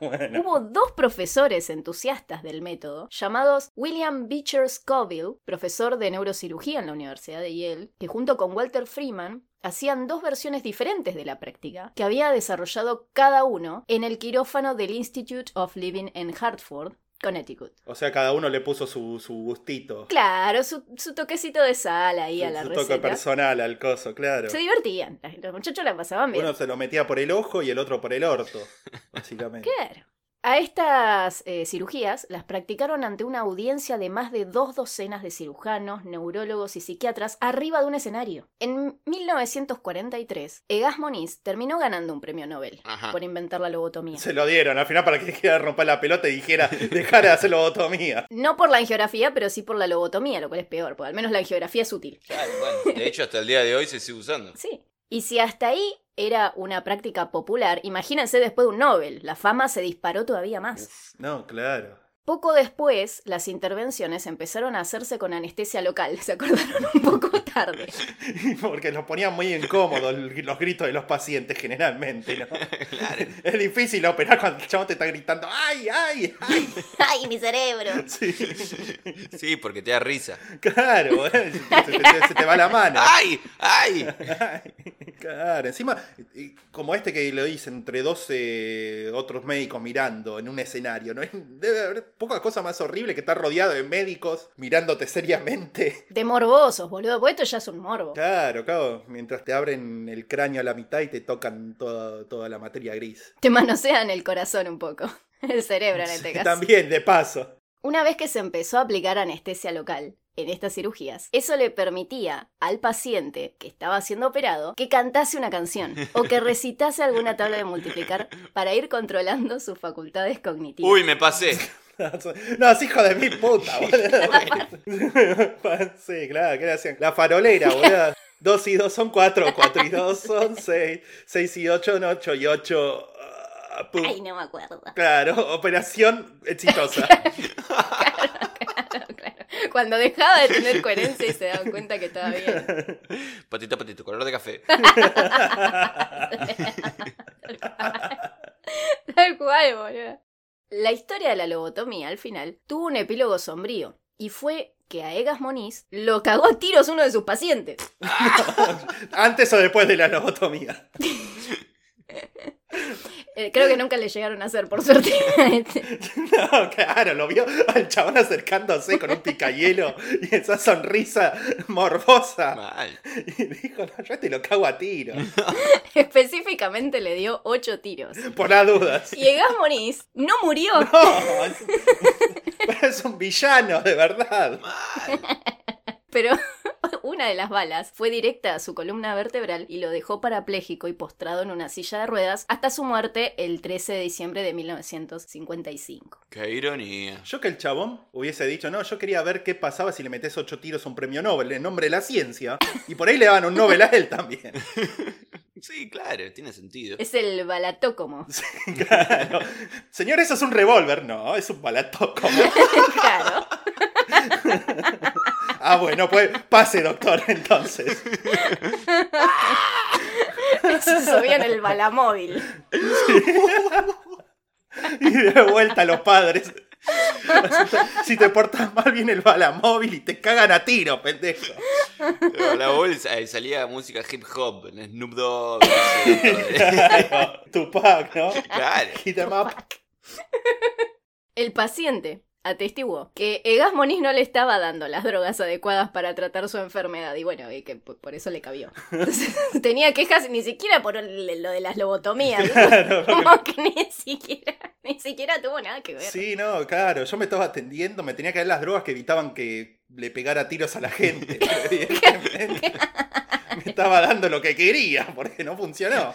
Bueno. Hubo dos profesores entusiastas del método, llamados William Beecher Scoville, profesor de neurocirugía en la Universidad de Yale, que junto con Walter Freeman hacían dos versiones diferentes de la práctica, que había desarrollado cada uno en el quirófano del Institute of Living en Hartford, Connecticut. O sea, cada uno le puso su, su gustito. Claro, su, su toquecito de sal ahí a su- la su receta. toque personal al coso, claro. Se divertían, la- los muchachos la pasaban bien. Uno se lo metía por el ojo y el otro por el orto, básicamente. Claro. A estas eh, cirugías las practicaron ante una audiencia de más de dos docenas de cirujanos, neurólogos y psiquiatras arriba de un escenario. En 1943, Egas Moniz terminó ganando un premio Nobel Ajá. por inventar la lobotomía. Se lo dieron al final para que dijera romper la pelota y dijera dejar de hacer lobotomía. No por la angiografía, pero sí por la lobotomía, lo cual es peor, porque al menos la angiografía es útil. Claro, bueno, de hecho, hasta el día de hoy se sigue usando. Sí. Y si hasta ahí era una práctica popular, imagínense después de un Nobel, la fama se disparó todavía más. No, claro. Poco después, las intervenciones empezaron a hacerse con anestesia local, se acordaron un poco tarde. Porque los ponían muy incómodos los gritos de los pacientes generalmente, ¿no? Es difícil operar cuando el chabón te está gritando ¡Ay, ay, ay! ¡Ay, mi cerebro! Sí, Sí, porque te da risa. claro, ¿eh? se, te, se te va la mano. ¡Ay! ¡Ay! Claro, encima, y- y como este que lo hice entre 12 otros médicos mirando en un escenario, ¿no? Debe haber poca cosa más horrible que estar rodeado de médicos mirándote seriamente. De morbosos, boludo, porque esto ya es un morbo. Claro, claro, mientras te abren el cráneo a la mitad y te tocan toda, toda la materia gris. Te manosean el corazón un poco, el cerebro en este Sí, caso. También, de paso. Una vez que se empezó a aplicar anestesia local en estas cirugías, eso le permitía al paciente que estaba siendo operado que cantase una canción o que recitase alguna tabla de multiplicar para ir controlando sus facultades cognitivas. Uy, me pasé. No, es hijo de mi puta, boludo. sí, claro, ¿qué le hacían? La farolera, boludo. Dos y dos son cuatro, cuatro y dos son seis, seis y ocho son ocho y ocho. ah, pum. Ay, no me acuerdo. Claro, operación exitosa. Claro. Cuando dejaba de tener coherencia y se daban cuenta que estaba bien. Patito, patito, color de café. Tal cual, boludo. La historia de la lobotomía, al final, tuvo un epílogo sombrío y fue que a Egas Moniz lo cagó a tiros uno de sus pacientes. Antes o después de la lobotomía. Eh, Creo que nunca le llegaron a hacer, por suerte. No, claro, lo vio al chabón acercándose con un picayelo y esa sonrisa morbosa. Mal. Y dijo, no, yo te lo cago a tiro. Específicamente le dio ocho tiros. Por las dudas. Y Egas Moniz no murió. No, es- es un villano, de verdad. Pero una de las balas fue directa a su columna vertebral y lo dejó parapléjico y postrado en una silla de ruedas hasta su muerte el 13 de diciembre de 1955. Qué ironía. Yo que el chabón hubiese dicho, no, yo quería ver qué pasaba si le metes ocho tiros a un premio Nobel en nombre de la ciencia. Y por ahí le daban un Nobel a él también. Sí, claro, tiene sentido. Es el balatócomo. Claro. Señor, eso es un revólver. No, es un balatoco. Claro. Ah, bueno, pues pase, doctor, entonces. Se subían el balamóvil. Y de vuelta a los padres. Si te portas mal, viene el balamóvil y te cagan a tiro, pendejo. Pero La bolsa, eh, salía música hip hop, Snoop Dogg. no sé, todo. Claro, Tupac, ¿no? Claro. Hit 'em up. El paciente atestiguó que Egas Moniz no le estaba dando las drogas adecuadas para tratar su enfermedad y bueno, y que p- por eso le cabió. Entonces, tenía quejas ni siquiera por el- lo de las lobotomías. ¿no? Claro, Como que ni siquiera, ni siquiera tuvo nada que ver. Sí, no, claro. Yo me estaba atendiendo, me tenía que dar las drogas que evitaban que le pegara tiros a la gente. pero evidentemente me estaba dando lo que quería, porque no funcionó.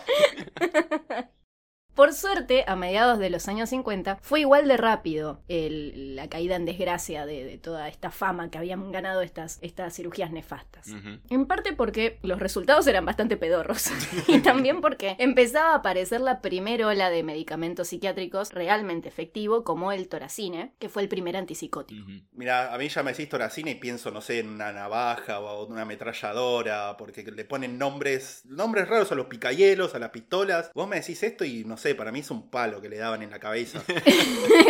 Por suerte, a mediados de los años 50, fue igual de rápido el- la caída en desgracia de, de toda esta fama que habían ganado estas, estas cirugías nefastas. Ujú. En parte porque los resultados eran bastante pedorros y también porque empezaba a aparecer la primera ola de medicamentos psiquiátricos realmente efectivo como el toracine, que fue el primer antipsicótico. Ujú. Mira, a mí ya me decís toracina y pienso, no sé, en una navaja o en una ametralladora, porque le ponen nombres nombres raros a los picayelos, a las pistolas. Vos me decís esto y no sé, para mí es un palo que le daban en la cabeza.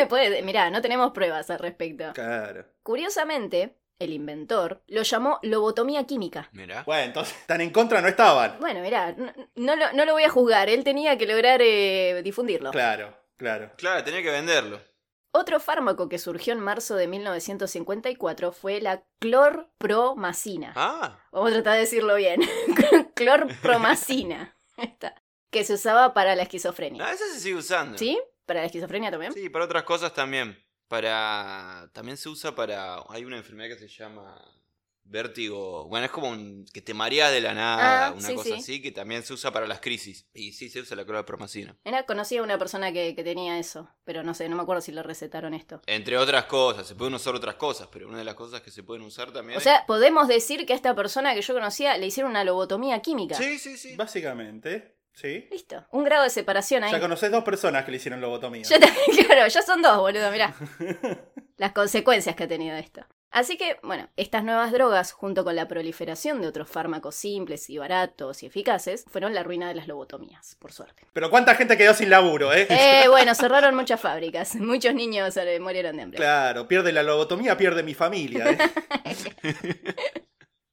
Pues, mirá, no tenemos pruebas al respecto. Claro. Curiosamente, el inventor lo llamó lobotomía química. Mirá. Bueno, entonces, tan en contra no estaban. Bueno, mirá, no, no lo, no lo voy a juzgar, él tenía que lograr eh, difundirlo. Claro, claro. Claro, tenía que venderlo. Otro fármaco que surgió en marzo de 1954 fue la clorpromacina. Ah, Vamos a tratar de decirlo bien. Clorpromacina. Ahí está. Que se usaba para la esquizofrenia. no, esa se sigue usando. ¿Sí? ¿Para la esquizofrenia también? Ah, Sí, para otras cosas también. Para. También se usa para. Hay una enfermedad que se llama vértigo. Bueno, es como un- que te mareas de la nada, Ah, una sí, cosa sí. así, que también se usa para las crisis. Y sí se usa la clorpromazina. Era conocía a una persona que, que tenía eso, pero no sé, no me acuerdo si le recetaron esto. Entre otras cosas, se pueden usar otras cosas, pero una de las cosas que se pueden usar también. O sea, podemos decir que a esta persona que yo conocía le hicieron una lobotomía química. es... Sí, sí, sí. Básicamente, ¿sí? Listo. Un grado de separación ahí. Ya conoces dos personas que le hicieron lobotomía. Yo también, claro, ya son dos, boludo, mirá. Las consecuencias que ha tenido esto. Así que, bueno, estas nuevas drogas, junto con la proliferación de otros fármacos simples y baratos y eficaces, fueron la ruina de las lobotomías, por suerte. Pero cuánta gente quedó sin laburo, ¿eh? Eh, bueno, cerraron muchas fábricas, muchos niños eh, murieron de hambre. Claro, pierde la lobotomía, pierde mi familia. ¿eh?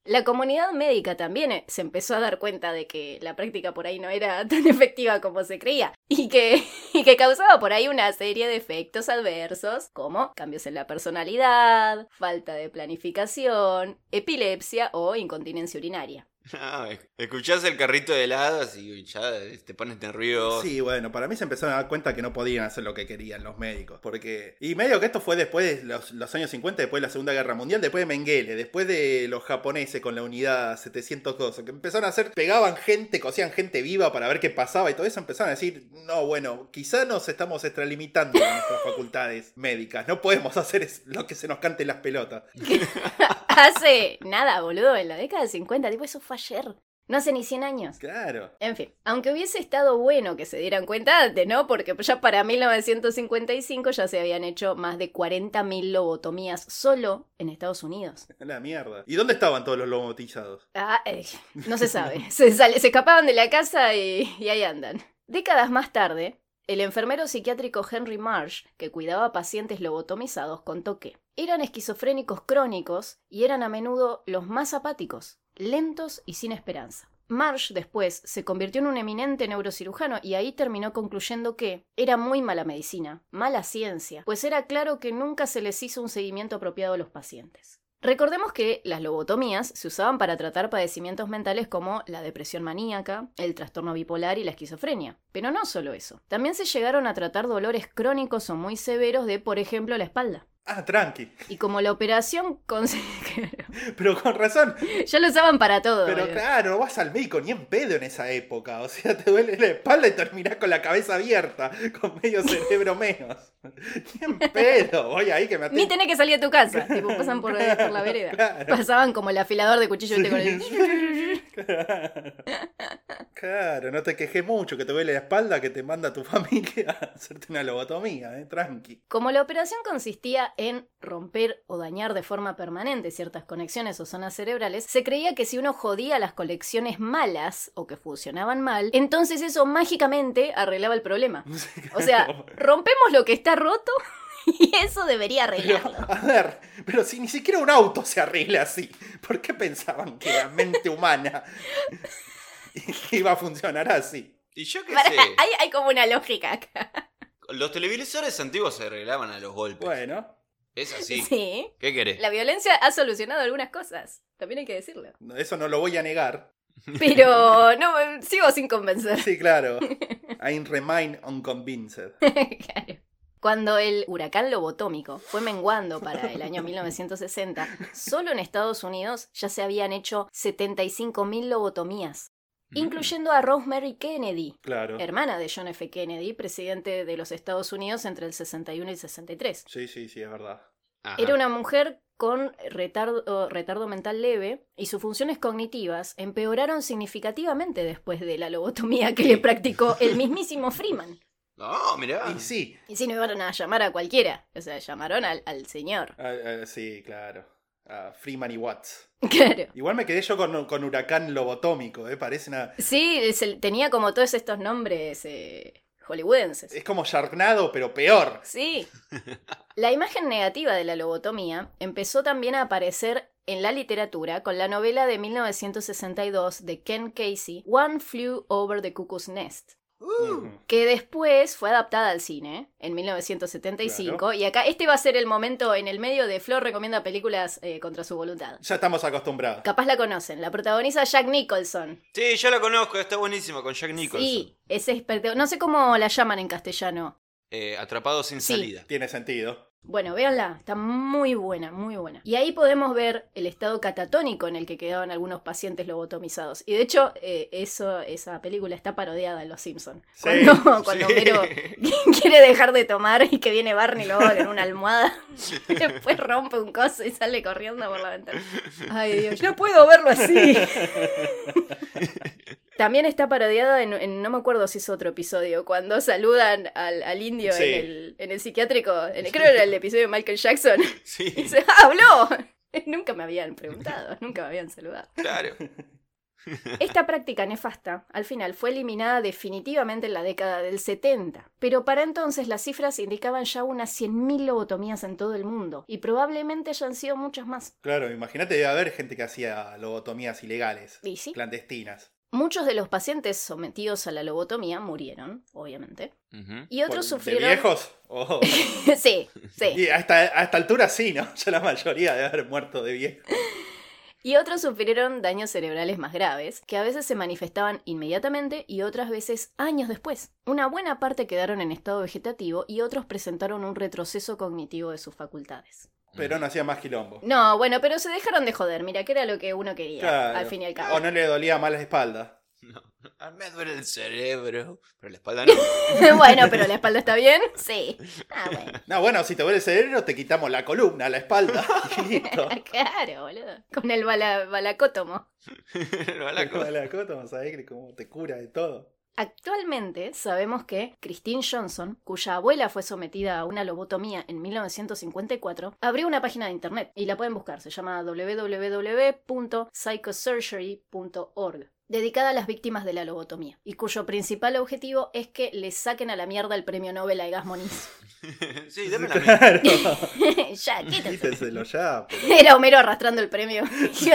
La comunidad médica también eh, se empezó a dar cuenta de que la práctica por ahí no era tan efectiva como se creía y que, y que causaba por ahí una serie de efectos adversos como cambios en la personalidad, falta de planificación, epilepsia o incontinencia urinaria. Ah, esc- escuchás el carrito de heladas y ya eh, te pones nervioso. Sí, bueno, para mí se empezaron a dar cuenta que no podían hacer lo que querían los médicos. Porque. Y medio que esto fue después de los, los años 50, después de la Segunda Guerra Mundial, después de Mengele, después de los japoneses con la unidad 712, que empezaron a hacer. Pegaban gente, cosían gente viva para ver qué pasaba y todo eso. Empezaron a decir, no, bueno, quizá nos estamos extralimitando en nuestras facultades médicas. No podemos hacer es- lo que se nos cante las pelotas. Hace nada, boludo, en la década de 50, tipo, eso fue ayer. No hace ni 100 años. Claro. En fin, aunque hubiese estado bueno que se dieran cuenta antes, ¿no? Porque ya para 1955 ya se habían hecho más de 40.000 lobotomías solo en Estados Unidos. La mierda. ¿Y dónde estaban todos los lobotizados? Ah, eh, no se sabe. Se, sale- se escapaban de la casa y, y ahí andan. Décadas más tarde, el enfermero psiquiátrico Henry Marsh, que cuidaba a pacientes lobotomizados, contó que eran esquizofrénicos crónicos y eran a menudo los más apáticos, lentos y sin esperanza. Marsh después se convirtió en un eminente neurocirujano y ahí terminó concluyendo que era muy mala medicina, mala ciencia, pues era claro que nunca se les hizo un seguimiento apropiado a los pacientes. Recordemos que las lobotomías se usaban para tratar padecimientos mentales como la depresión maníaca, el trastorno bipolar y la esquizofrenia. Pero no solo eso, también se llegaron a tratar dolores crónicos o muy severos de, por ejemplo, la espalda. Ah, tranqui. Y como la operación... con- Pero con razón, ya lo usaban para todo. Pero boludo. claro, no vas al médico ni en pedo en esa época. O sea, te duele la espalda y terminás con la cabeza abierta, con medio cerebro menos. Ni en pedo, voy ahí que me Ni atienden. tenés que salir de tu casa. Tipo, pasan por, por la vereda. Claro. Pasaban como el afilador de cuchillo. viste, con el- Claro, no te quejes mucho que te duele la espalda que te manda tu familia a hacerte una lobotomía, eh, tranqui. Como la operación consistía en romper o dañar de forma permanente ciertas conexiones o zonas cerebrales, se creía que si uno jodía las colecciones malas o que funcionaban mal, entonces eso mágicamente arreglaba el problema. O sea, rompemos lo que está roto y eso debería arreglarlo. A ver, pero si ni siquiera un auto se arregla así, ¿por qué pensaban que la mente humana iba a funcionar así? Y yo qué Pará, sé, hay, hay como una lógica acá. los televisores antiguos se arreglaban a los golpes. Bueno, Es así. sí. ¿Qué querés? La violencia ha solucionado algunas cosas. También hay que decirlo. eso no lo voy a negar. Pero no, sigo sin convencer. Sí, claro. I remain unconvinced. Claro. Cuando el huracán lobotómico fue menguando para el año 1960, solo en Estados Unidos ya se habían hecho 75.000 lobotomías, Mm. incluyendo a Rosemary Kennedy, Claro. hermana de John F. Kennedy, presidente de los Estados Unidos entre el 61 y el 63. Sí, sí, sí, es verdad. Ajá. Era una mujer con retardo, retardo mental leve y sus funciones cognitivas empeoraron significativamente después de la lobotomía que le practicó el mismísimo Freeman. No, mirá. Ah, Y sí, Y si no iban a llamar a cualquiera, o sea, llamaron al, al señor. ah, ah, sí, claro. Ah, Freeman y Watts. Claro. Igual me quedé yo con, con Huracán Lobotómico, ¿eh? Parece una... Sí, se- tenía como todos estos nombres eh, hollywoodenses. Es como Sharknado, pero peor. Sí. La imagen negativa de la lobotomía empezó también a aparecer en la literatura con la novela de 1962 de Ken Casey, One Flew Over the Cuckoo's Nest, Uh. Ujú. que después fue adaptada al cine en 1975. Claro. Y acá este va a ser el momento en el medio de Flor recomienda películas eh, contra su voluntad. Ya estamos acostumbrados. Capaz la conocen, la protagoniza Jack Nicholson. Sí, yo la conozco, está buenísima con Jack Nicholson. Sí, ese es espectacular. No sé cómo la llaman en castellano. eh, atrapados sin Sí. salida. Tiene sentido. Bueno, véanla, está muy buena, muy buena. Y ahí podemos ver el estado catatónico en el que quedaban algunos pacientes lobotomizados. Y de hecho, eh, eso, esa película está parodiada en Los Simpsons. Sí, Cuando, Sí. cuando Homero quiere dejar de tomar y que viene Barney y lo ahoga en una almohada, después rompe un coso y sale corriendo por la ventana. Ay Dios, yo no puedo verlo así. También está parodiada en, en- no me acuerdo si es otro episodio, cuando saludan al, al indio Sí. en, el, en el psiquiátrico, en el- creo que era el episodio de Michael Jackson, Sí, y dice, ¡ah, habló! Nunca me habían preguntado, nunca me habían saludado. claro. Esta práctica nefasta, al final, fue eliminada definitivamente en la década del 70, pero para entonces las cifras indicaban ya unas 100.000 lobotomías en todo el mundo, y probablemente hayan sido muchas más. Claro, imagínate, debe haber gente que hacía lobotomías ilegales, ¿Y sí? clandestinas. Muchos de los pacientes sometidos a la lobotomía murieron, obviamente, Ujú. y otros Por- sufrieron... ¿De viejos? Oh. sí, sí. Y a esta, a esta altura sí, ¿no? Ya la mayoría debe haber muerto de viejo. Y otros sufrieron daños cerebrales más graves, que a veces se manifestaban inmediatamente y otras veces años después. Una buena parte quedaron en estado vegetativo y otros presentaron un retroceso cognitivo de sus facultades. Pero no hacía más quilombo. No, bueno, pero se dejaron de joder, mira, que era lo que uno quería, Claro. al fin y al O cabo. no le dolía más la espalda. No. Ah, Me duele el cerebro, pero la espalda no. bueno, pero la espalda está bien, sí. Ah, bueno. No, bueno, si te duele el cerebro, te quitamos la columna, la espalda. Y listo. Claro, boludo. Con el bala- balacótomo. Lo alaco. La cosa, vamos a ver cómo te cura de todo. Actualmente sabemos que Christine Johnson, cuya abuela fue sometida a una lobotomía en 1954, abrió una página de internet y la pueden buscar. Se llama www.psychosurgery.org dedicada a las víctimas de la lobotomía, y cuyo principal objetivo es que le saquen a la mierda el premio Nobel a Gas Moniz. Sí, dame la mía. Claro. ya, quítate. Quítenselo ya. pues. Era Homero arrastrando el premio. Sí,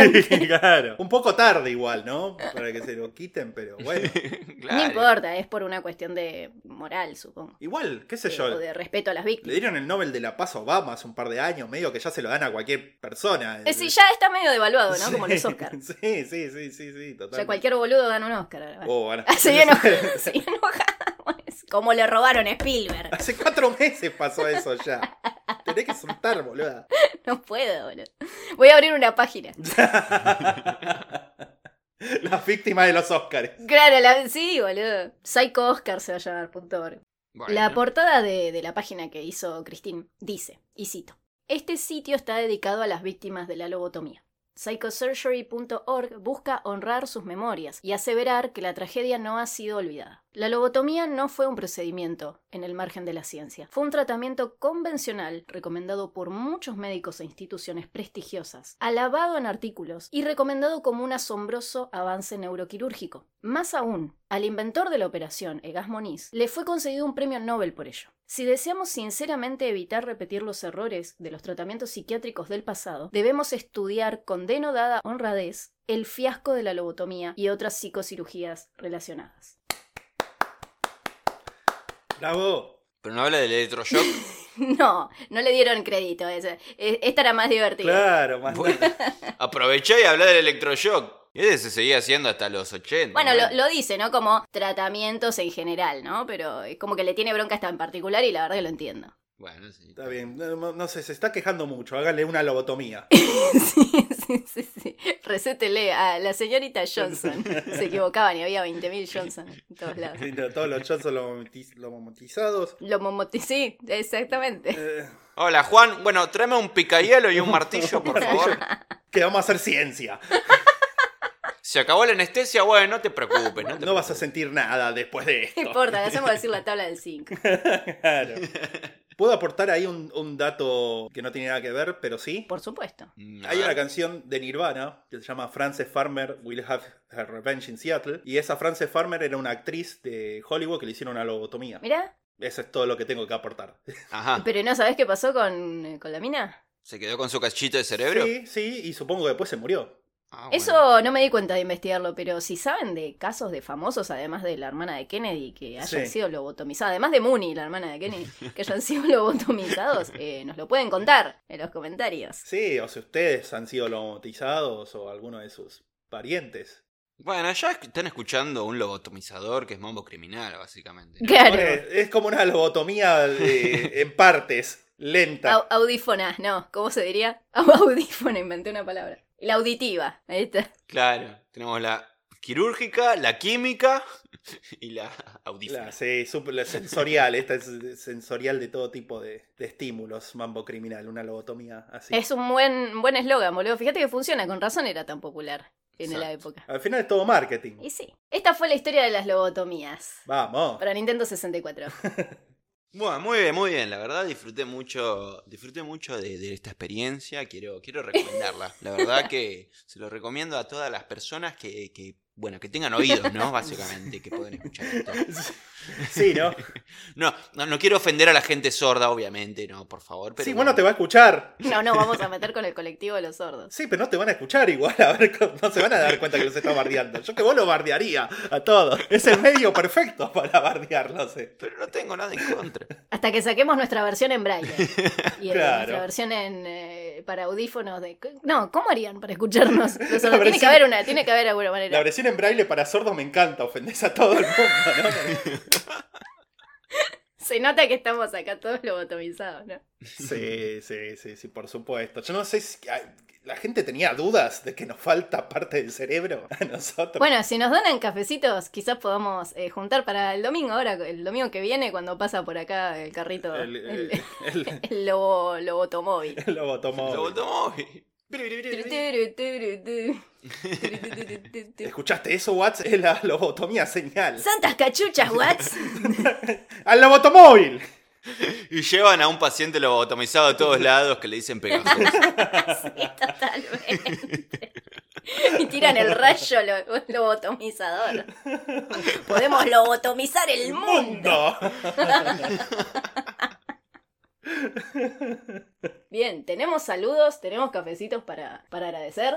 claro. Un poco tarde igual, ¿no? Para que se lo quiten, pero bueno. No Claro. importa, es por una cuestión de moral, supongo. Igual, qué sé Eh, yo. O de respeto a las Le víctimas. dieron el Nobel de la Paz a Obama hace un par de años, medio que ya se lo dan a cualquier persona. Eh, sí, ya está medio devaluado, ¿no? Como los Sí, Oscars. Sí, sí, sí, sí, sí, O total. sea, cualquier boludo gana un Oscar. ahora, bueno. Oh, ahora- Ah, se viene enojada, se viene enojada, bueno, es Como le robaron a Spielberg. Hace cuatro meses pasó eso ya. Tenés que soltar, boluda. No puedo, boludo. Voy a abrir una página. Las víctimas de los Oscars. Claro, la- sí, boludo. Psycho Oscar se va a llamar, punto org. Bueno. La portada de, de la página que hizo Christine dice, y cito, Este sitio está dedicado a las víctimas de la lobotomía. Psychosurgery.org busca honrar sus memorias y aseverar que la tragedia no ha sido olvidada. La lobotomía no fue un procedimiento en el margen de la ciencia. Fue un tratamiento convencional recomendado por muchos médicos e instituciones prestigiosas, alabado en artículos y recomendado como un asombroso avance neuroquirúrgico. Más aún, al inventor de la operación, Egas Moniz, le fue concedido un premio Nobel por ello. Si deseamos sinceramente evitar repetir los errores de los tratamientos psiquiátricos del pasado, debemos estudiar con denodada honradez el fiasco de la lobotomía y otras psicocirugías relacionadas. Bravo. Pero no habla del electroshock. No, no le dieron crédito. ese- e- Esta era más divertida. Claro, man. Bueno, aprovechá y habla del electroshock. Ese se seguía haciendo hasta los 80. Bueno, ¿no? lo, lo dice, ¿no? Como tratamientos en general, ¿no? Pero es como que le tiene bronca esta en particular y la verdad que lo entiendo. Bueno, sí. Está bien. No, no- no sé, se está quejando mucho. Hágale una lobotomía. Sí, sí, sí, sí. Recétele a la señorita Johnson. Se equivocaban y había 20.000 Johnson en todos lados. Todos los chozos lomomatiz- lomotizados. Lo momoti- sí, exactamente. Eh, Hola, Juan. Bueno, tráeme un picahielo y un martillo, por favor. que vamos a hacer ciencia. Se acabó la anestesia, bueno, no te preocupes. No, te No vas a preocupes. sentir nada después de No esto. importa, le hacemos decir la tabla del 5. Claro. Puedo aportar ahí un, un dato que no tiene nada que ver, pero sí. Por supuesto. Mm, a Hay ver. una canción de Nirvana que se llama Frances Farmer Will Have Her Revenge in Seattle. Y esa Frances Farmer era una actriz de Hollywood que le hicieron una lobotomía. Mirá, Eso es todo lo que tengo que aportar. Ajá. pero ¿no sabés qué pasó con, con la mina? ¿Se quedó con su cachito de cerebro? Sí, sí, y supongo que después se murió. Ah, bueno. Eso no me di cuenta de investigarlo, pero si saben de casos de famosos, además de la hermana de Kennedy, que hayan Sí. sido lobotomizados, además de Mooney, la hermana de Kennedy, que hayan sido lobotomizados, eh, nos lo pueden contar en los comentarios. Sí, o si ustedes han sido lobotizados o alguno de sus parientes. Bueno, allá es- están escuchando un lobotomizador que es mambo criminal, básicamente. ¿no? Claro. Bueno, es como una lobotomía de- en partes, lenta. Au- audífona, no, ¿cómo se diría? Au- Audífona, inventé una palabra. La auditiva, ahí está. Claro, tenemos la quirúrgica, la química y la audífona. La, sí, sup- la sensorial, esta es sensorial de todo tipo de, de estímulos, mambo criminal, una lobotomía así. Es un buen buen eslogan, boludo. Fíjate que funciona, con razón era tan popular en la Exacto. época. Al final es todo marketing. Y sí, esta fue la historia de las lobotomías Vamos. para Nintendo 64. Bueno, muy bien, muy bien. La verdad disfruté mucho, disfruté mucho de, de esta experiencia. Quiero, quiero recomendarla. La verdad que se lo recomiendo a todas las personas que, que, bueno, que tengan oídos, ¿no? Básicamente, que pueden escuchar esto. Sí, ¿no? No, no, no quiero ofender a la gente sorda, obviamente, no, por favor. Pero sí, bueno, te va a escuchar. No, no, vamos a meter con el colectivo de los sordos. Sí, pero no te van a escuchar igual. A ver, co- no se van a dar cuenta que los está bardeando. Yo que vos lo bardearía a todos. Es el medio perfecto para bardearlos. eh. Pero no tengo nada en contra. Hasta que saquemos nuestra versión en braille. Y eh, Claro. nuestra versión en, eh, para audífonos. de No, ¿cómo harían para escucharnos? Los sordos? La Tiene que versión- haber una, tiene que haber alguna La manera. versión en braille para sordos me encanta. Ofendés a todo el mundo, ¿no? Se nota que estamos acá todos lobotomizados, ¿no? Sí, sí, sí, sí, por supuesto. Yo no sé si. ay, La gente tenía dudas de que nos falta parte del cerebro a nosotros. Bueno, si nos donan cafecitos, quizás podamos eh, juntar para el domingo ahora, el domingo que viene, cuando pasa por acá el carrito, el, el, el, el- el lobo, lobotomóvil. el lobotomóvil. Lo automóvil. ¿Escuchaste eso, Watts? Es la lobotomía señal. Santas cachuchas, Watts. ¡Al lobotomóvil! Y llevan a un paciente lobotomizado a todos lados que le dicen pegajoso. Sí, totalmente. Y tiran el rayo lo- lobotomizador. Podemos lobotomizar el ¡Mundo! mundo. Bien, tenemos saludos, tenemos cafecitos para, para agradecer.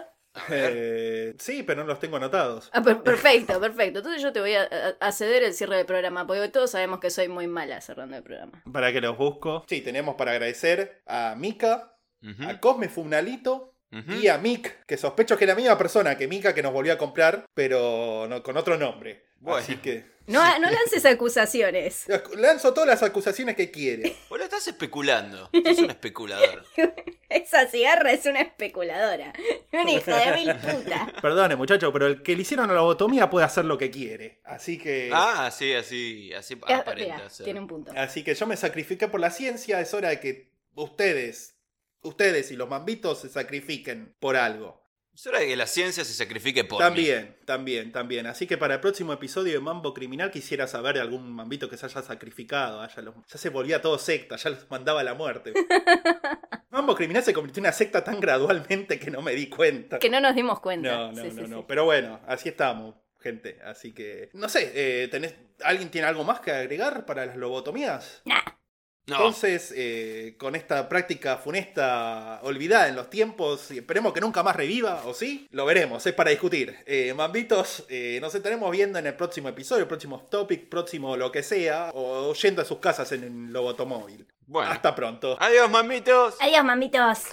Eh, sí, pero no los tengo anotados. Ah, per- perfecto, perfecto. Entonces yo te voy a, a- a ceder el cierre del programa, porque todos sabemos que soy muy mala cerrando el programa. Para que los busco. Sí, tenemos para agradecer a Mika, a Ujú, Cosme Funalito ujú. y a Mick, que sospecho que es la misma persona que Mika que nos volvió a comprar, pero no- con otro nombre. Bueno. Así que No, ha- no lances acusaciones. lanzo todas las acusaciones que quiere. Vos lo estás especulando. Sos un especulador. Esa cigarra es una especuladora. Un hijo de mil puta. Perdone, muchacho, pero el que le hicieron la lobotomía puede hacer lo que quiere. Así que. Ah, sí, así, así Eh, Ah, aparenta mira, ser. tiene un punto. Así que yo me sacrifiqué por la ciencia, es hora de que ustedes, ustedes y los mambitos se sacrifiquen por algo. Es hora de que la ciencia se sacrifique por mí. También, también, también. Así que para el próximo episodio de Mambo Criminal quisiera saber de algún mambito que se haya sacrificado. haya los- ya se volvía todo secta, ya los mandaba a la muerte. Mambo Criminal se convirtió en una secta tan gradualmente que no me di cuenta. Que no nos dimos cuenta. No, no, Sí, no, sí, no. sí. Pero bueno, así estamos, gente. Así que. No sé, eh, tenés, ¿alguien tiene algo más que agregar para las lobotomías? No, Entonces, eh, con esta práctica funesta olvidada en los tiempos, y esperemos que nunca más reviva, o sí, lo veremos, es para discutir. Eh, mambitos, eh, nos estaremos viendo en el próximo episodio, próximo topic, próximo lo que sea, o yendo a sus casas en el lobotomóvil. bueno. Hasta pronto. Adiós, mamitos. Adiós, mamitos.